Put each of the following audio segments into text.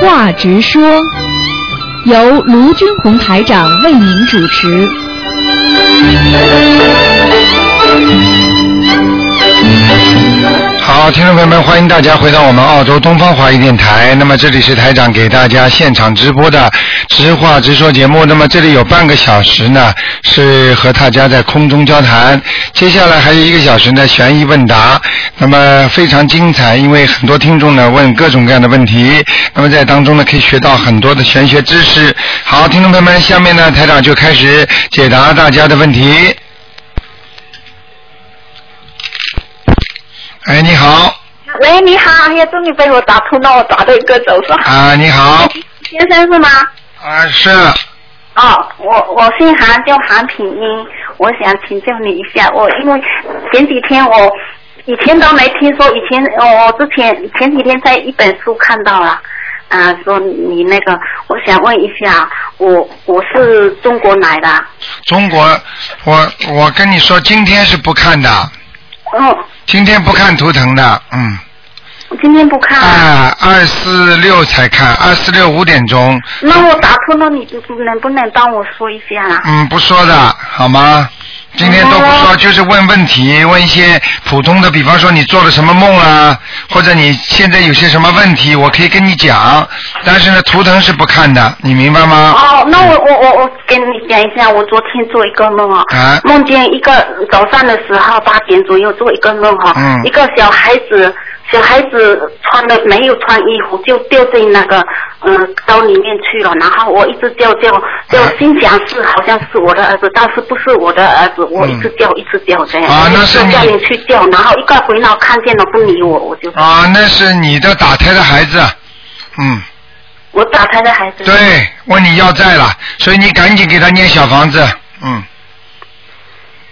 话直说，由卢军红台长为您主持。好，听众朋友们，欢迎大家回到我们澳洲东方华语电台。那么这里是台长给大家现场直播的直话直说节目。那么这里有半个小时呢，是和大家在空中交谈。接下来还有一个小时呢，悬疑问答。那么非常精彩，因为很多听众呢问各种各样的问题。那么在当中呢，可以学到很多的玄学知识。好，听众朋友们，下面呢，台长就开始解答大家的问题。哎，你好。喂，你好，哎呀，终于被我打通了，我打到一个早上。啊，你好，先生是吗？啊是，啊哦，我我姓韩，叫韩品英，我想请教你一下，我因为前几天我以前都没听说，以前哦我之前前几天在一本书看到了，啊、说你那个，我想问一下，我我是中国来的，中国，我我跟你说，今天是不看的，嗯，今天不看图腾的，嗯，我今天不看了，啊，二四六才看，二四六五点钟，那我打通了，你能不能帮我说一下啊？嗯，不说的好吗？今天都不说，就是问问题，问一些普通的，比方说你做了什么梦啊，或者你现在有些什么问题，我可以跟你讲，但是呢，图腾是不看的，你明白吗？哦，那我我我我跟你讲一下，我昨天做一个梦啊，啊梦见一个早上的时候八点左右做一个梦哈、嗯一个小孩子，小孩子穿的没有穿衣服就掉进那个嗯沟里面去了，然后我一直叫叫叫啊，心想是好像是我的儿子，但是不是我的儿子，我一直叫、一直叫这样，嗯啊那是就你叫你去叫，然后一个回脑看见了不理我，我就、啊，那是你的打胎的孩子，嗯。我打他的孩子，对，问你要债了，所以你赶紧给他念小房子，嗯。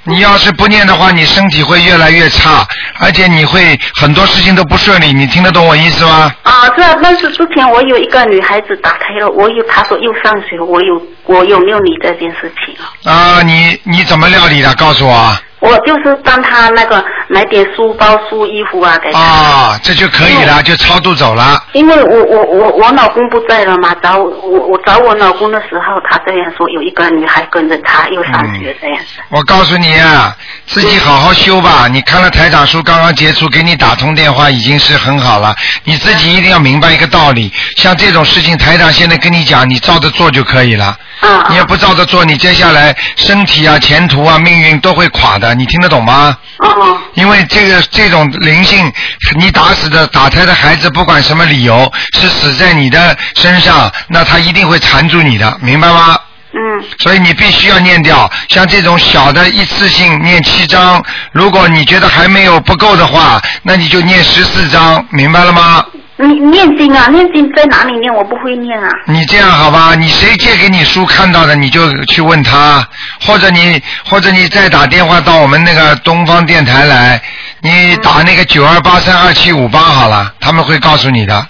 你要是不念的话，你身体会越来越差，而且你会很多事情都不顺利。你听得懂我意思吗？啊，这但是之前我有一个女孩子打胎了，我有她说又上学，我有我有没有理这件事情啊？啊，你你怎么料理的？告诉我啊我就是帮她那个买点书包、书、衣服啊给她，啊，这就可以了，就超度走了。因为我我我我老公不在了嘛，找我我我找我老公的时候，他这样说有一个女孩跟着他又上嗯学这样子。我告诉你啊，自己好好修吧。你看了台长书刚刚结束，给你打通电话已经是很好了。你自己一定要明白一个道理，像这种事情，台长现在跟你讲，你照着做就可以了。啊你也啊不照着做，你接下来身体啊、前途啊、命运都会垮的，你听得懂吗？哦因为这个这种灵性，你打死的打胎的孩子，不管什么理由，是死在你的身上，那他一定会缠住你的，明白吗？嗯所以你必须要念掉，像这种小的一次性念七章，如果你觉得还没有不够的话，那你就念十四章，明白了吗？你念经啊，念经在哪里念？我不会念啊。你这样好吧？你谁借给你书看到的，你就去问他，或者你或者你再打电话到我们那个东方电台来，你打那个九二八三二七五八好了，他们会告诉你的，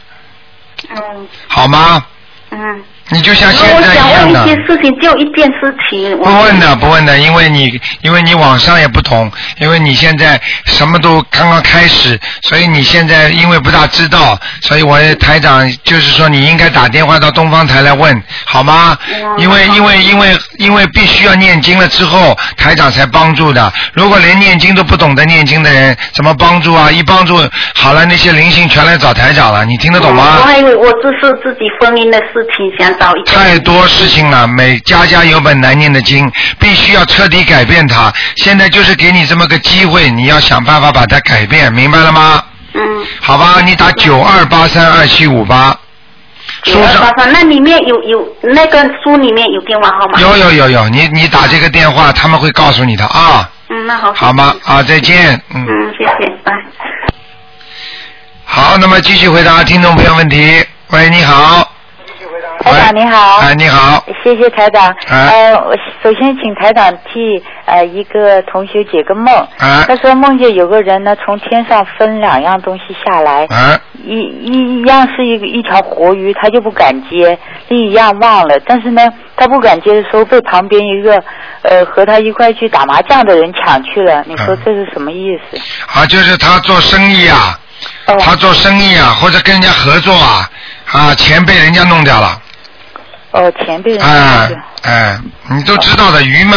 嗯好吗？嗯。你就像那现我在想一样问一的。件事情，就一件事情。我不问的，不问的，因为你因为你网上也不懂，因为你现在什么都刚刚开始，所以你现在因为不大知道，所以我台长就是说你应该打电话到东方台来问，好吗？嗯因为因为因为因为必须要念经了之后，台长才帮助的。如果连念经都不懂得念经的人，怎么帮助啊？一帮助好了，那些灵性全来找台长了，你听得懂吗？嗯我还以为我这是自己婚姻的事情，想找一个。太多事情了，每家家有本难念的经，必须要彻底改变它。现在就是给你这么个机会，你要想办法把它改变，明白了吗？嗯，好吧，你打九二八三二七五八，九书二上八三，那里面有有那个书里面有电话号码。。有有有有，你你打这个电话，他们会告诉你的啊，嗯，那好。好吗？啊，再见，嗯，嗯，谢谢，拜。好，那么继续回答听众朋友问题。喂，你好，台长你好，哎，你好，谢谢台长。哎呃，我首先请台长替呃一个同学解个梦。哎他说梦见有个人呢从天上分两样东西下来，哎，一一一样是一个一条活鱼，他就不敢接；另一样忘了，但是呢，他不敢接的时候被旁边一个呃和他一块去打麻将的人抢去了。你说嗯这是什么意思？啊，就是他做生意啊，哦他做生意啊，或者跟人家合作啊，啊，钱被人家弄掉了，哦，钱被人哎拿去。哎，你都知道的，鱼嘛，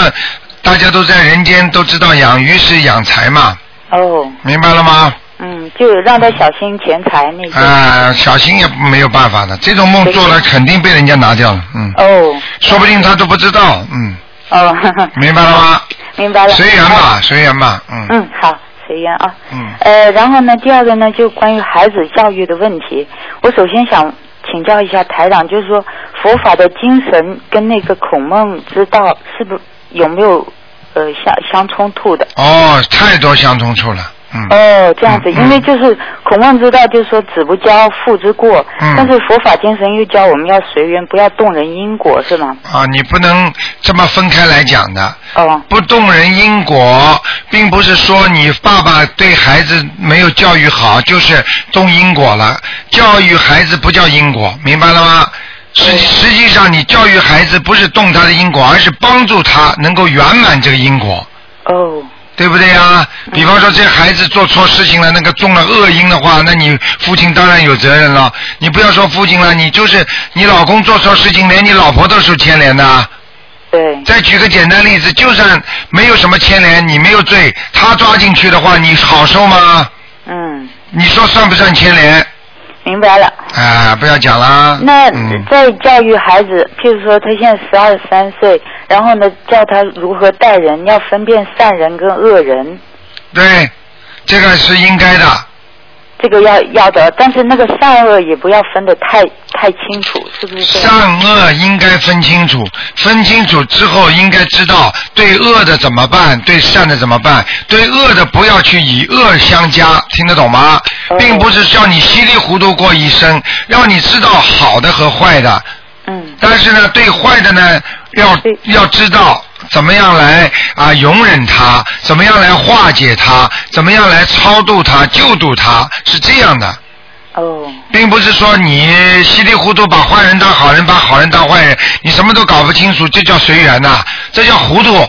大家都在人间都知道养鱼是养财嘛，哦，明白了吗？嗯，就让他小心钱财那些。啊，小心也没有办法的，这种梦做了肯定被人家拿掉了，嗯，哦说不定他都不知道，嗯，哦，明白了吗？明哦白了。随缘吧，随缘吧，嗯嗯，好，随缘啊。嗯呃，然后呢，第二个呢，就关于孩子教育的问题，我首先想请教一下台长，就是说佛法的精神跟那个孔孟之道是不是有没有呃相相冲突的？哦，太多相同处了，嗯，哦，这样子，嗯嗯因为就是孔孟之道，就是说子不教，父之过。嗯但是佛法精神又教我们要随缘，不要动人因果，是吗？啊，你不能这么分开来讲的，哦，不动人因果，并不是说你爸爸对孩子没有教育好，就是动因果了。教育孩子不叫因果，明白了吗？实际实际上，你教育孩子不是动他的因果，而是帮助他能够圆满这个因果，哦，对不对呀？比方说，这孩子做错事情了，那个中了恶因的话，那你父亲当然有责任了。你不要说父亲了，你就是你老公做错事情，连你老婆都受牵连的啊。对，再举个简单例子，就算没有什么牵连，你没有罪，他抓进去的话，你好受吗？嗯，你说算不算牵连？明白了。啊，不要讲啦。那嗯，在教育孩子，譬如说他现在十二三岁，然后呢，教他如何待人，要分辨善人跟恶人，对，这个是应该的。这个要要的，但是那个善恶也不要分得太太清楚，是不是这样？善恶应该分清楚，分清楚之后应该知道对恶的怎么办，对善的怎么办。对恶的不要去以恶相加，听得懂吗？哦并不是叫你稀里糊涂过一生，让你知道好的和坏的，嗯，但是呢，对坏的呢，要对要知道怎么样来啊容忍他，怎么样来化解他，怎么样来超度他、救度他，是这样的，哦，并不是说你稀里糊涂把坏人当好人，把好人当坏人，你什么都搞不清楚，这叫随缘呐、这叫糊涂。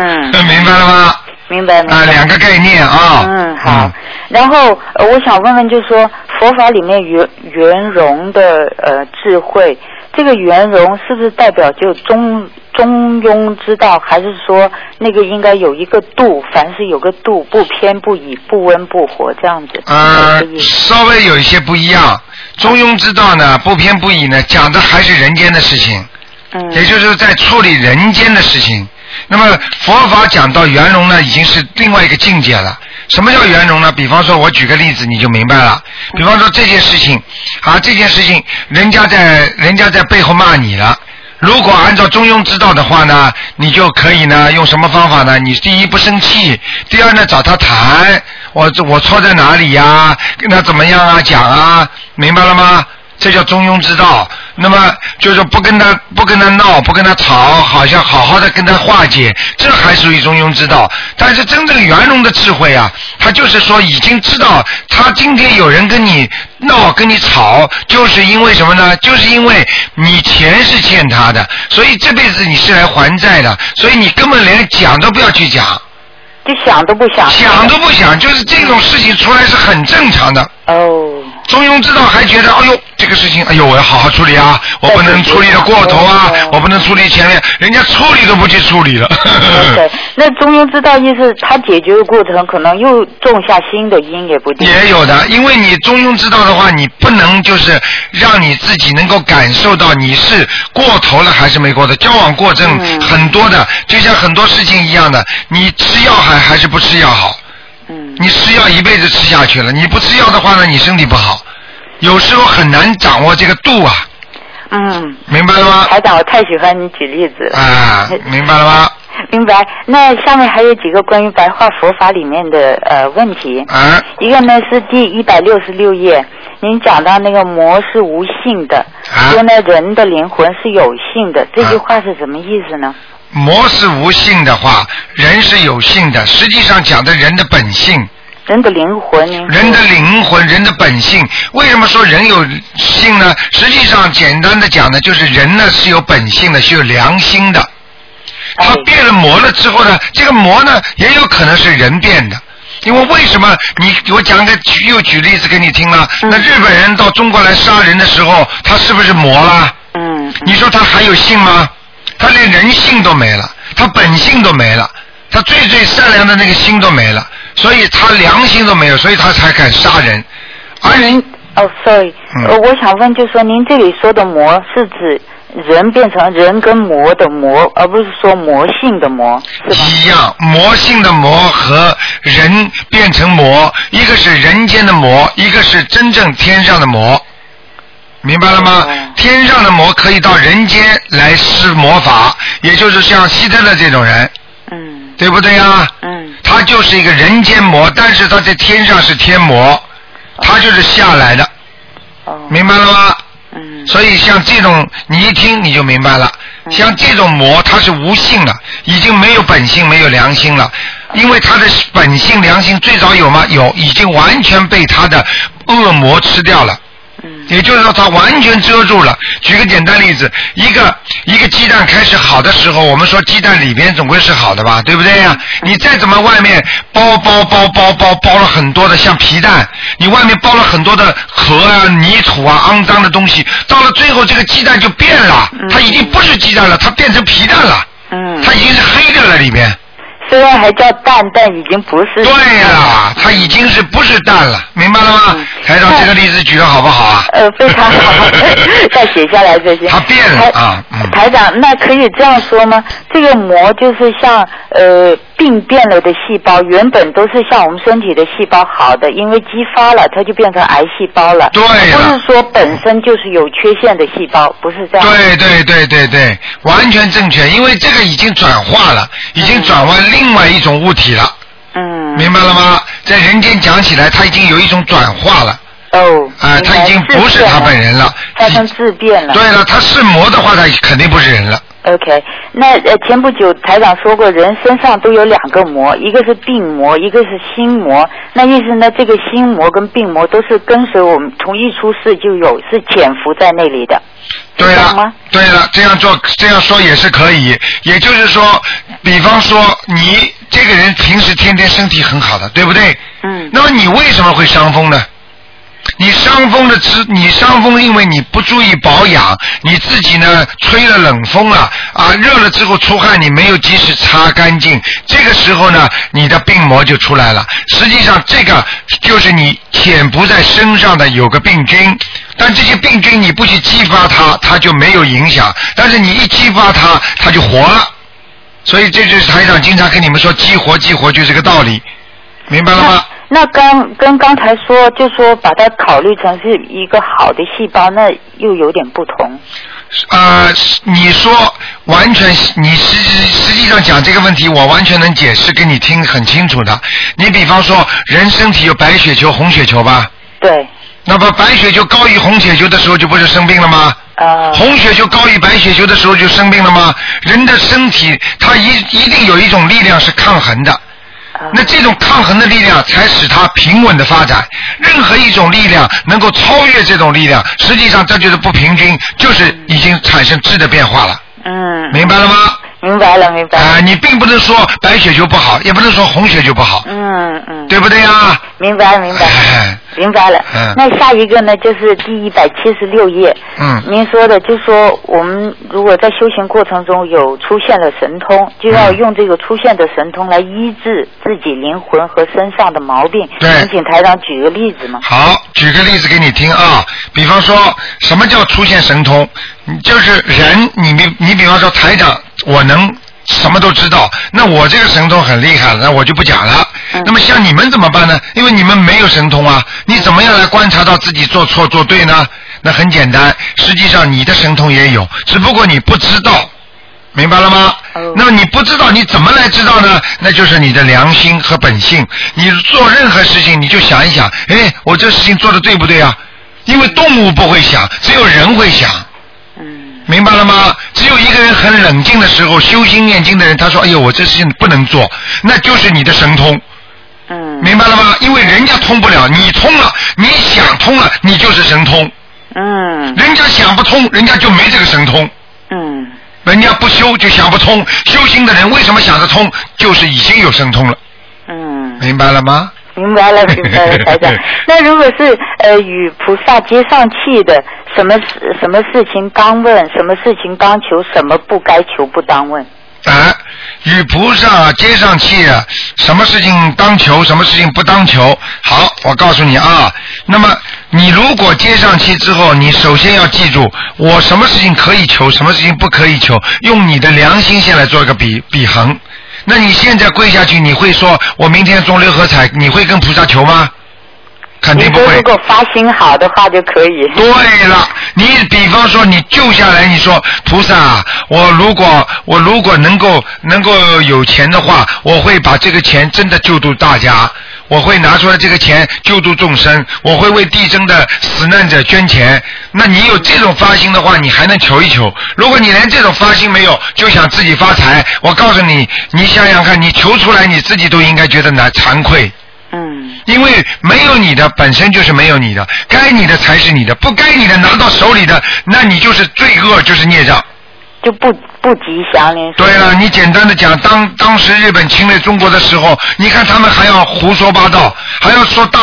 嗯 明白了吗？明白明啊，白。两个概念啊。嗯，好。然后、呃我想问问，就是说佛法里面圆圆融的呃智慧，这个圆融是不是代表就中中庸之道，还是说那个应该有一个度，凡事有个度，不偏不倚，不温不火这样子？呃这个意，思稍微有一些不一样。中庸之道呢，不偏不倚呢，讲的还是人间的事情。嗯，也就是在处理人间的事情。那么佛法讲到圆融呢，已经是另外一个境界了。什么叫圆融呢？比方说，我举个例子你就明白了。比方说这件事情，啊，这件事情，人家在人家在背后骂你了。如果按照中庸之道的话呢，你就可以呢，用什么方法呢？你第一不生气，第二呢找他谈，我我错在哪里呀、跟他怎么样啊？讲啊，明白了吗？这叫中庸之道。那么就是不跟他不跟他闹，不跟他吵，好像好好的跟他化解，这还属于中庸之道。但是真正圆融的智慧啊，他就是说已经知道，他今天有人跟你闹、跟你吵，就是因为什么呢？就是因为你前世欠他的，所以这辈子你是来还债的，所以你根本连讲都不要去讲，就想都不想。想都不想，就是这种事情出来是很正常的。 哦，中庸之道还觉得，哎呦，这个事情，哎呦，我要好好处理啊，我不能处理的过头啊对对对，我不能处理前面，人家处理都不去处理了。对，那中庸之道意思，他解决的过程可能又种下新的因，也不 定。也有的，因为你中庸之道的话，你不能就是让你自己能够感受到你是过头了还是没过头，交往过正嗯很多的，就像很多事情一样的，你吃药还还是不吃药好？嗯，你吃药一辈子吃下去了，你不吃药的话呢，你身体不好，有时候很难掌握这个度啊，嗯，明白了吗？台长，我太喜欢你举例子了。啊，明白了吗？明白。那下面还有几个关于白话佛法里面的呃问题，啊，一个呢是第一百六十六页，您讲到那个魔是无性的，啊说呢人的灵魂是有性的，这句啊话是什么意思呢？魔是无性的话，人是有性的。实际上讲的人的本性，人的灵魂，您说人的灵魂，人的本性。为什么说人有性呢？实际上简单的讲呢，就是人呢是有本性的，是有良心的。哎他变了魔了之后呢，这个魔呢也有可能是人变的。因为为什么你我讲个举又举例子给你听了？那日本人到中国来杀人的时候，他是不是魔了？嗯，你说他还有性吗？他连人性都没了，他本性都没了，他最最善良的那个心都没了，所以他良心都没有，所以他才敢杀人。而人您哦，sorry，嗯呃，我想问，就是说您这里说的魔是指人变成人跟魔的魔，而不是说魔性的魔，是吧？一样，魔性的魔和人变成魔，一个是人间的魔，一个是真正天上的魔，明白了吗哦？天上的魔可以到人间来施魔法，也就是像希特勒这种人，嗯对不对呀、嗯他就是一个人间魔，但是他在天上是天魔，他就是下来的，哦明白了吗？嗯所以像这种，你一听你就明白了。嗯像这种魔，它是无性的，已经没有本性，没有良心了。因为它的本性、良心最早有吗？有，已经完全被它的恶魔吃掉了。嗯也就是说，它完全遮住了。举个简单例子，一个一个鸡蛋开始好的时候，我们说鸡蛋里边总归是好的吧，对不对呀、你再怎么外面包包包包包包了很多的像皮蛋，你外面包了很多的壳啊、泥土啊、肮脏的东西，到了最后这个鸡蛋就变了，它已经不是鸡蛋了，它变成皮蛋了，嗯，它已经是黑的了里面。虽然还叫蛋，但已经不是对呀、它已经是不是蛋了，明白了吗嗯？台长，这个例子举的好不好啊？呃，非常 好， 再写下来这些。他变了台啊嗯台长，那可以这样说吗？这个膜就是像呃病变了的细胞，原本都是像我们身体的细胞好的，因为激发了，它就变成癌细胞了。对了不是说本身就是有缺陷的细胞，不是这样。对对对对对，完全正确，因为这个已经转化了，已经转为另外一种物体了，嗯。明白了吗？在人间讲起来，它已经有一种转化了，哦。啊、它已经不是他本人了，发生已质变了。对了，他是魔的话，他肯定不是人了。 OK，那呃，前不久台长说过，人身上都有两个魔，一个是病魔，一个是心魔。那意思呢，这个心魔跟病魔都是跟随我们从一出世就有，是潜伏在那里的。对知道吗了，对了，这样做这样说也是可以。也就是说，比方说你这个人平时天天身体很好的，对不对？嗯那么你为什么会伤风呢？你伤风的之，你伤风，因为你不注意保养，你自己呢吹了冷风了啊，热了之后出汗，你没有及时擦干净，这个时候呢，你的病魔就出来了。实际上，这个就是你潜伏在身上的有个病菌，但这些病菌你不去激发它，它就没有影响；但是你一激发它，它就活了。所以这就是台长经常跟你们说激活激活就这个道理，明白了吗？那那刚跟刚才说，就说把它考虑成是一个好的细胞，那又有点不同。呃，你说完全，你实际实际上讲这个问题，我完全能解释给你听很清楚的。你比方说，人身体有白血球、红血球吧，对，那么白血球高于红血球的时候，就不是生病了吗？呃，红血球高于白血球的时候就生病了吗？人的身体它一一定有一种力量是抗衡的，呃那这种抗衡的力量才使它平稳的发展。任何一种力量能够超越这种力量，实际上这就是不平均，就是已经产生质的变化了， 嗯，明白了吗？明白了，明白啊、了。你并不能说白血球不好，也不能说红血球不好，嗯嗯。对不对啊？明白明白哎明白了嗯。那下一个呢，就是第一百七十六页。嗯您说的，就说我们如果在修行过程中有出现了神通，就要嗯用这个出现的神通来医治自己灵魂和身上的毛病。对能请台长举个例子吗？好，举个例子给你听啊，比方说什么叫出现神通，嗯就是人，你比你比方说台长，我能什么都知道，那我这个神通很厉害了，那我就不讲了。嗯那么像你们怎么办呢？因为你们没有神通啊，你怎么样来观察到自己做错做对呢？那很简单，实际上你的神通也有，只不过你不知道。明白了吗哦？那么你不知道，你怎么来知道呢？那就是你的良心和本性。你做任何事情，你就想一想，哎，我这事情做的对不对啊？因为动物不会想，只有人会想，嗯明白了吗？只有一个人很冷静的时候，修心念经的人，他说：“哎呦，我这事情不能做。”那就是你的神通，嗯明白了吗？因为人家通不了，你通了，你想通了，你就是神通；嗯人家想不通，人家就没这个神通。嗯人家不修就想不通，修心的人为什么想得通？就是已经有神通了，嗯，明白了吗？明白了，明白 了，台长。那如果是呃与菩萨接上气的，什么事什么事情当问，什么事情当求，什么不该求不当问。啊，与菩萨接上气，啊什么事情当求，什么事情不当求。好，我告诉你啊，那么你如果接上气之后，你首先要记住，我什么事情可以求，什么事情不可以求，用你的良心先来做一个比比衡。那你现在跪下去，你会说我明天中六合彩，你会跟菩萨求吗？肯定您不说会如。果发心好的话就可以。对了，你比方说你救下来，你说菩萨，啊我如果我如果能够能够有钱的话，我会把这个钱真的救助大家，我会拿出来这个钱救助众生，我会为地震的死难者捐钱。那你有这种发心的话，你还能求一求。如果你连这种发心没有，就想自己发财，我告诉你，你想想看，你求出来你自己都应该觉得难惭愧。嗯因为没有你的本身就是没有你的，该你的才是你的，不该你的拿到手里的，那你就是罪恶，就是孽障。就不不吉祥您说对了，你简单的讲，当当时日本侵略中国的时候，你看他们还要胡说八道，还要说大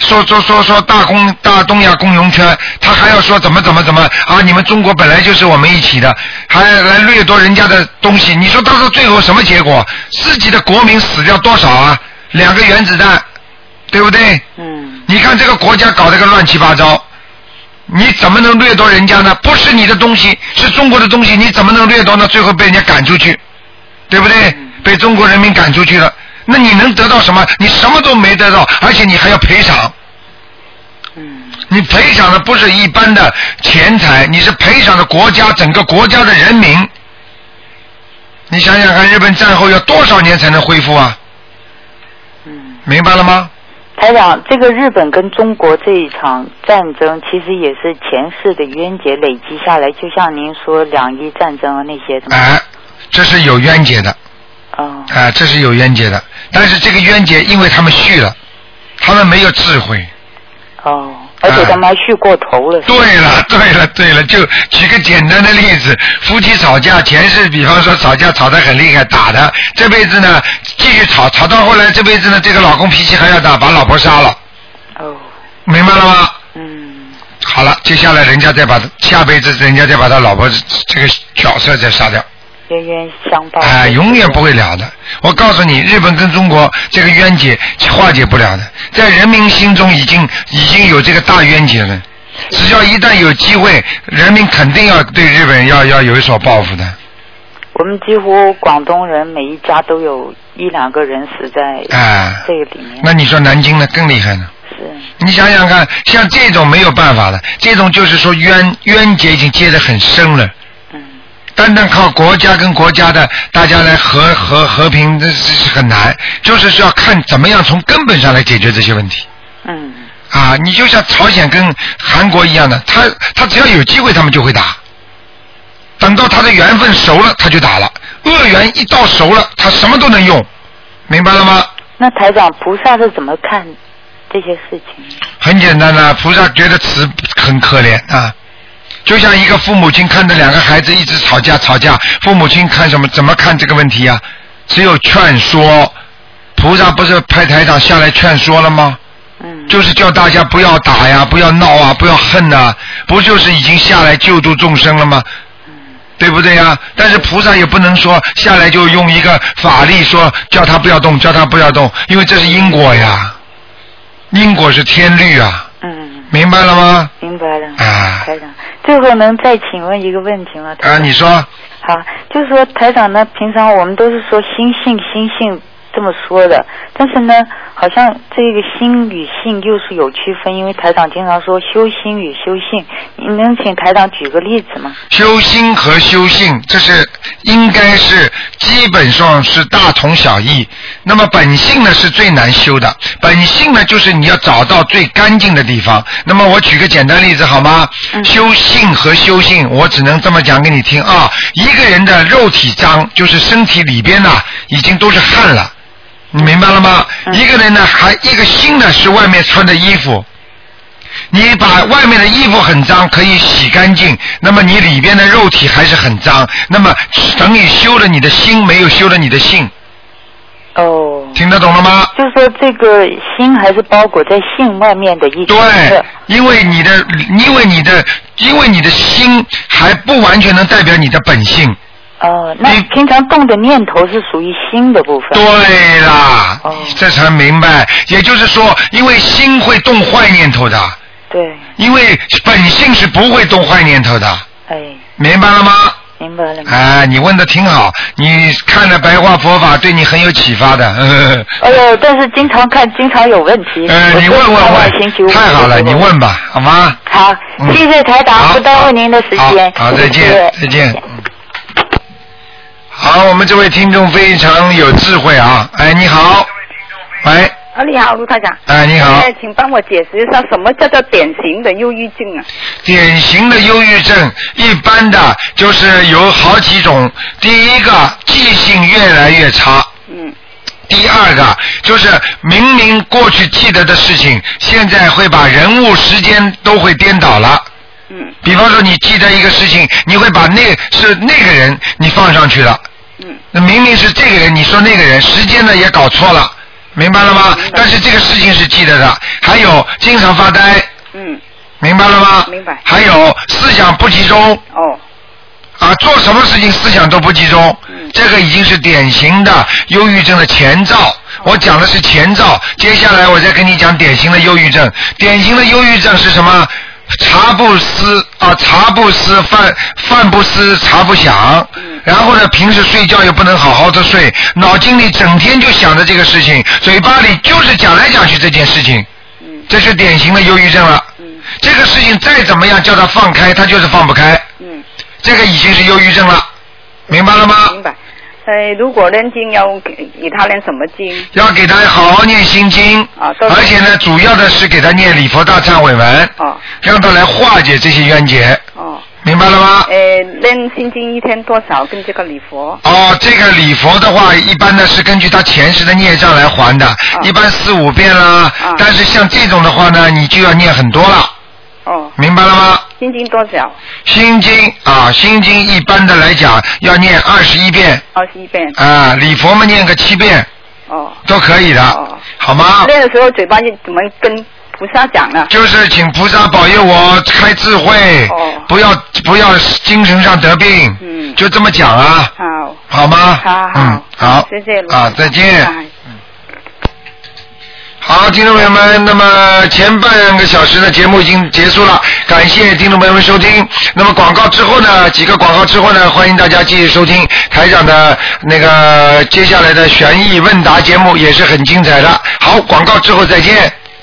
说说说说大公大东亚共荣圈，他还要说怎么怎么怎么啊，你们中国本来就是我们一起的，还来掠夺人家的东西，你说到到最后什么结果？自己的国民死掉多少啊？两个原子弹，对不对？嗯你看这个国家搞得个乱七八糟，你怎么能掠夺人家呢？不是你的东西，是中国的东西，你怎么能掠夺呢？最后被人家赶出去，对不对？被中国人民赶出去了，那你能得到什么？你什么都没得到，而且你还要赔偿。嗯你赔偿的不是一般的钱财，你是赔偿的国家整个国家的人民。你想想看，日本战后要多少年才能恢复啊？嗯。明白了吗？台长，这个日本跟中国这一场战争，其实也是前世的冤结累积下来，就像您说两伊战争啊那些的嘛。哎，这是有冤结的。哦，啊，这是有冤结的，但是这个冤结，因为他们续了，他们没有智慧。哦，而且他们还续过头了。是吧对了，对了，对了，就举个简单的例子，夫妻吵架，前世比方说吵架吵得很厉害，打的，这辈子呢继续吵，吵到后来这辈子呢，这个老公脾气还要打，把老婆杀了，哦，明白了吗？嗯，好了，接下来人家再把他下辈子人家再把他老婆这这个角色再杀掉。冤冤相报。哎，永远不会了的。我告诉你，日本跟中国这个冤结化解不了的，在人民心中已经已经有这个大冤结了。只要一旦有机会，人民肯定要对日本要要有所报复的。我们几乎广东人每一家都有一两个人死在哎，这个里面。那你说南京呢更厉害呢？是，你想想看，像这种没有办法的，这种就是说冤冤结已经结得很深了。嗯单单靠国家跟国家的大家来和和和平，这是是很难，就是需要看怎么样从根本上来解决这些问题。嗯啊，你就像朝鲜跟韩国一样的，他他只要有机会，他们就会打。等到他的缘分熟了，他就打了。恶缘一到熟了，他什么都能用，明白了吗？那台长，菩萨是怎么看这些事情？很简单的，菩萨觉得慈很可怜啊，就像一个父母亲看着两个孩子一直吵架吵架，父母亲看什么怎么看这个问题啊？只有劝说，菩萨不是派台长下来劝说了吗？嗯，就是叫大家不要打呀，不要闹啊，不要恨呐、不就是已经下来救度众生了吗？对不对呀？但是菩萨也不能说下来就用一个法力说叫他不要动，叫他不要动，因为这是因果呀，因果是天律啊，嗯，明白了吗？明白了。啊台长，最后能再请问一个问题吗？台啊，长你说好，就是说台长呢，平常我们都是说心性心性这么说的，但是呢，好像这个心与性又是有区分，因为台长经常说修心与修性，你能请台长举个例子吗？修心和修性，这是应该是基本上是大同小异。那么本性呢是最难修的，本性呢就是你要找到最干净的地方。那么我举个简单例子好吗？嗯修性和修性，我只能这么讲给你听啊。一个人的肉体脏，就是身体里边呐、已经都是汗了，你明白了吗？嗯一个人呢，还一个心呢是外面穿的衣服。你把外面的衣服很脏，可以洗干净，那么你里边的肉体还是很脏，那么等于修了你的心，没有修了你的性，哦，听得懂了吗？就是说这个心还是包裹在性外面的一层对的，因为你的，因为你的，因为你的心还不完全能代表你的本性。哦，那你平常动的念头是属于心的部分。对啦，哦这才明白。也就是说，因为心会动坏念头的，对，因为本性是不会动坏念头的，哎，明白了吗？明白了。明白了哎，你问的挺好，你看了白话佛法，对你很有启发的。 呵哎呦，但是经常看，经常有问题。呵呃，嗯我你就问上个星问期五问，太好了，我就你问吧，好吗？好，嗯谢谢台长，好不耽误您的时间。好，好再谢谢见，再见。嗯好，我们这位听众非常有智慧啊！哎，你好，喂，啊，你好，卢台长。哎，你好，哎，请帮我解释一下什么叫做典型的忧郁症啊？典型的忧郁症，一般的就是有好几种。第一个，记性越来越差；嗯，第二个，就是明明过去记得的事情，现在会把人物、时间都会颠倒了。嗯比方说，你记得一个事情，你会把那是那个人你放上去了，嗯那明明是这个人，你说那个人，时间呢也搞错了，明白了吗？但是这个事情是记得的。还有，经常发呆，嗯，明白了吗？明白还有思想不集中哦，啊，做什么事情思想都不集中，嗯这个已经是典型的忧郁症的前兆。我讲的是前兆，接下来我再跟你讲典型的忧郁症。典型的忧郁症是什么？茶不思啊，茶不思饭，饭不思茶不想。嗯然后呢，平时睡觉又不能好好的睡，脑筋里整天就想着这个事情，嘴巴里就是讲来讲去这件事情，嗯这是典型的忧郁症了。嗯这个事情再怎么样叫他放开，他就是放不开，嗯，这个已经是忧郁症了，明白了吗？明白。哎，如果念经要给给他念什么经？要给他好好念心经，啊都是而且呢，主要的是给他念礼佛大忏悔文，哦让他来化解这些冤结，哦，明白了吗？哎，念心经一天多少跟这个礼佛？哦，这个礼佛的话，一般呢是根据他前世的孽障来还的，一般四五遍啦。啊但是像这种的话呢，你就要念很多了，哦，明白了吗？心经多少？心经啊，心经一般的来讲要念二十一遍，二十一遍。啊，礼佛嘛念个七遍哦，都可以的哦，好吗？念的时候嘴巴就怎么跟菩萨讲呢？啊就是请菩萨保佑我开智慧哦，不要不要精神上得病，嗯，就这么讲啊，好，好吗？好好嗯，好，谢谢卢啊，再见。哎好，听众朋友们，那么前半个小时的节目已经结束了，感谢听众朋友们收听。那么广告之后呢，几个广告之后呢，欢迎大家继续收听台长的那个接下来的悬疑问答节目，也是很精彩的。好，广告之后再见。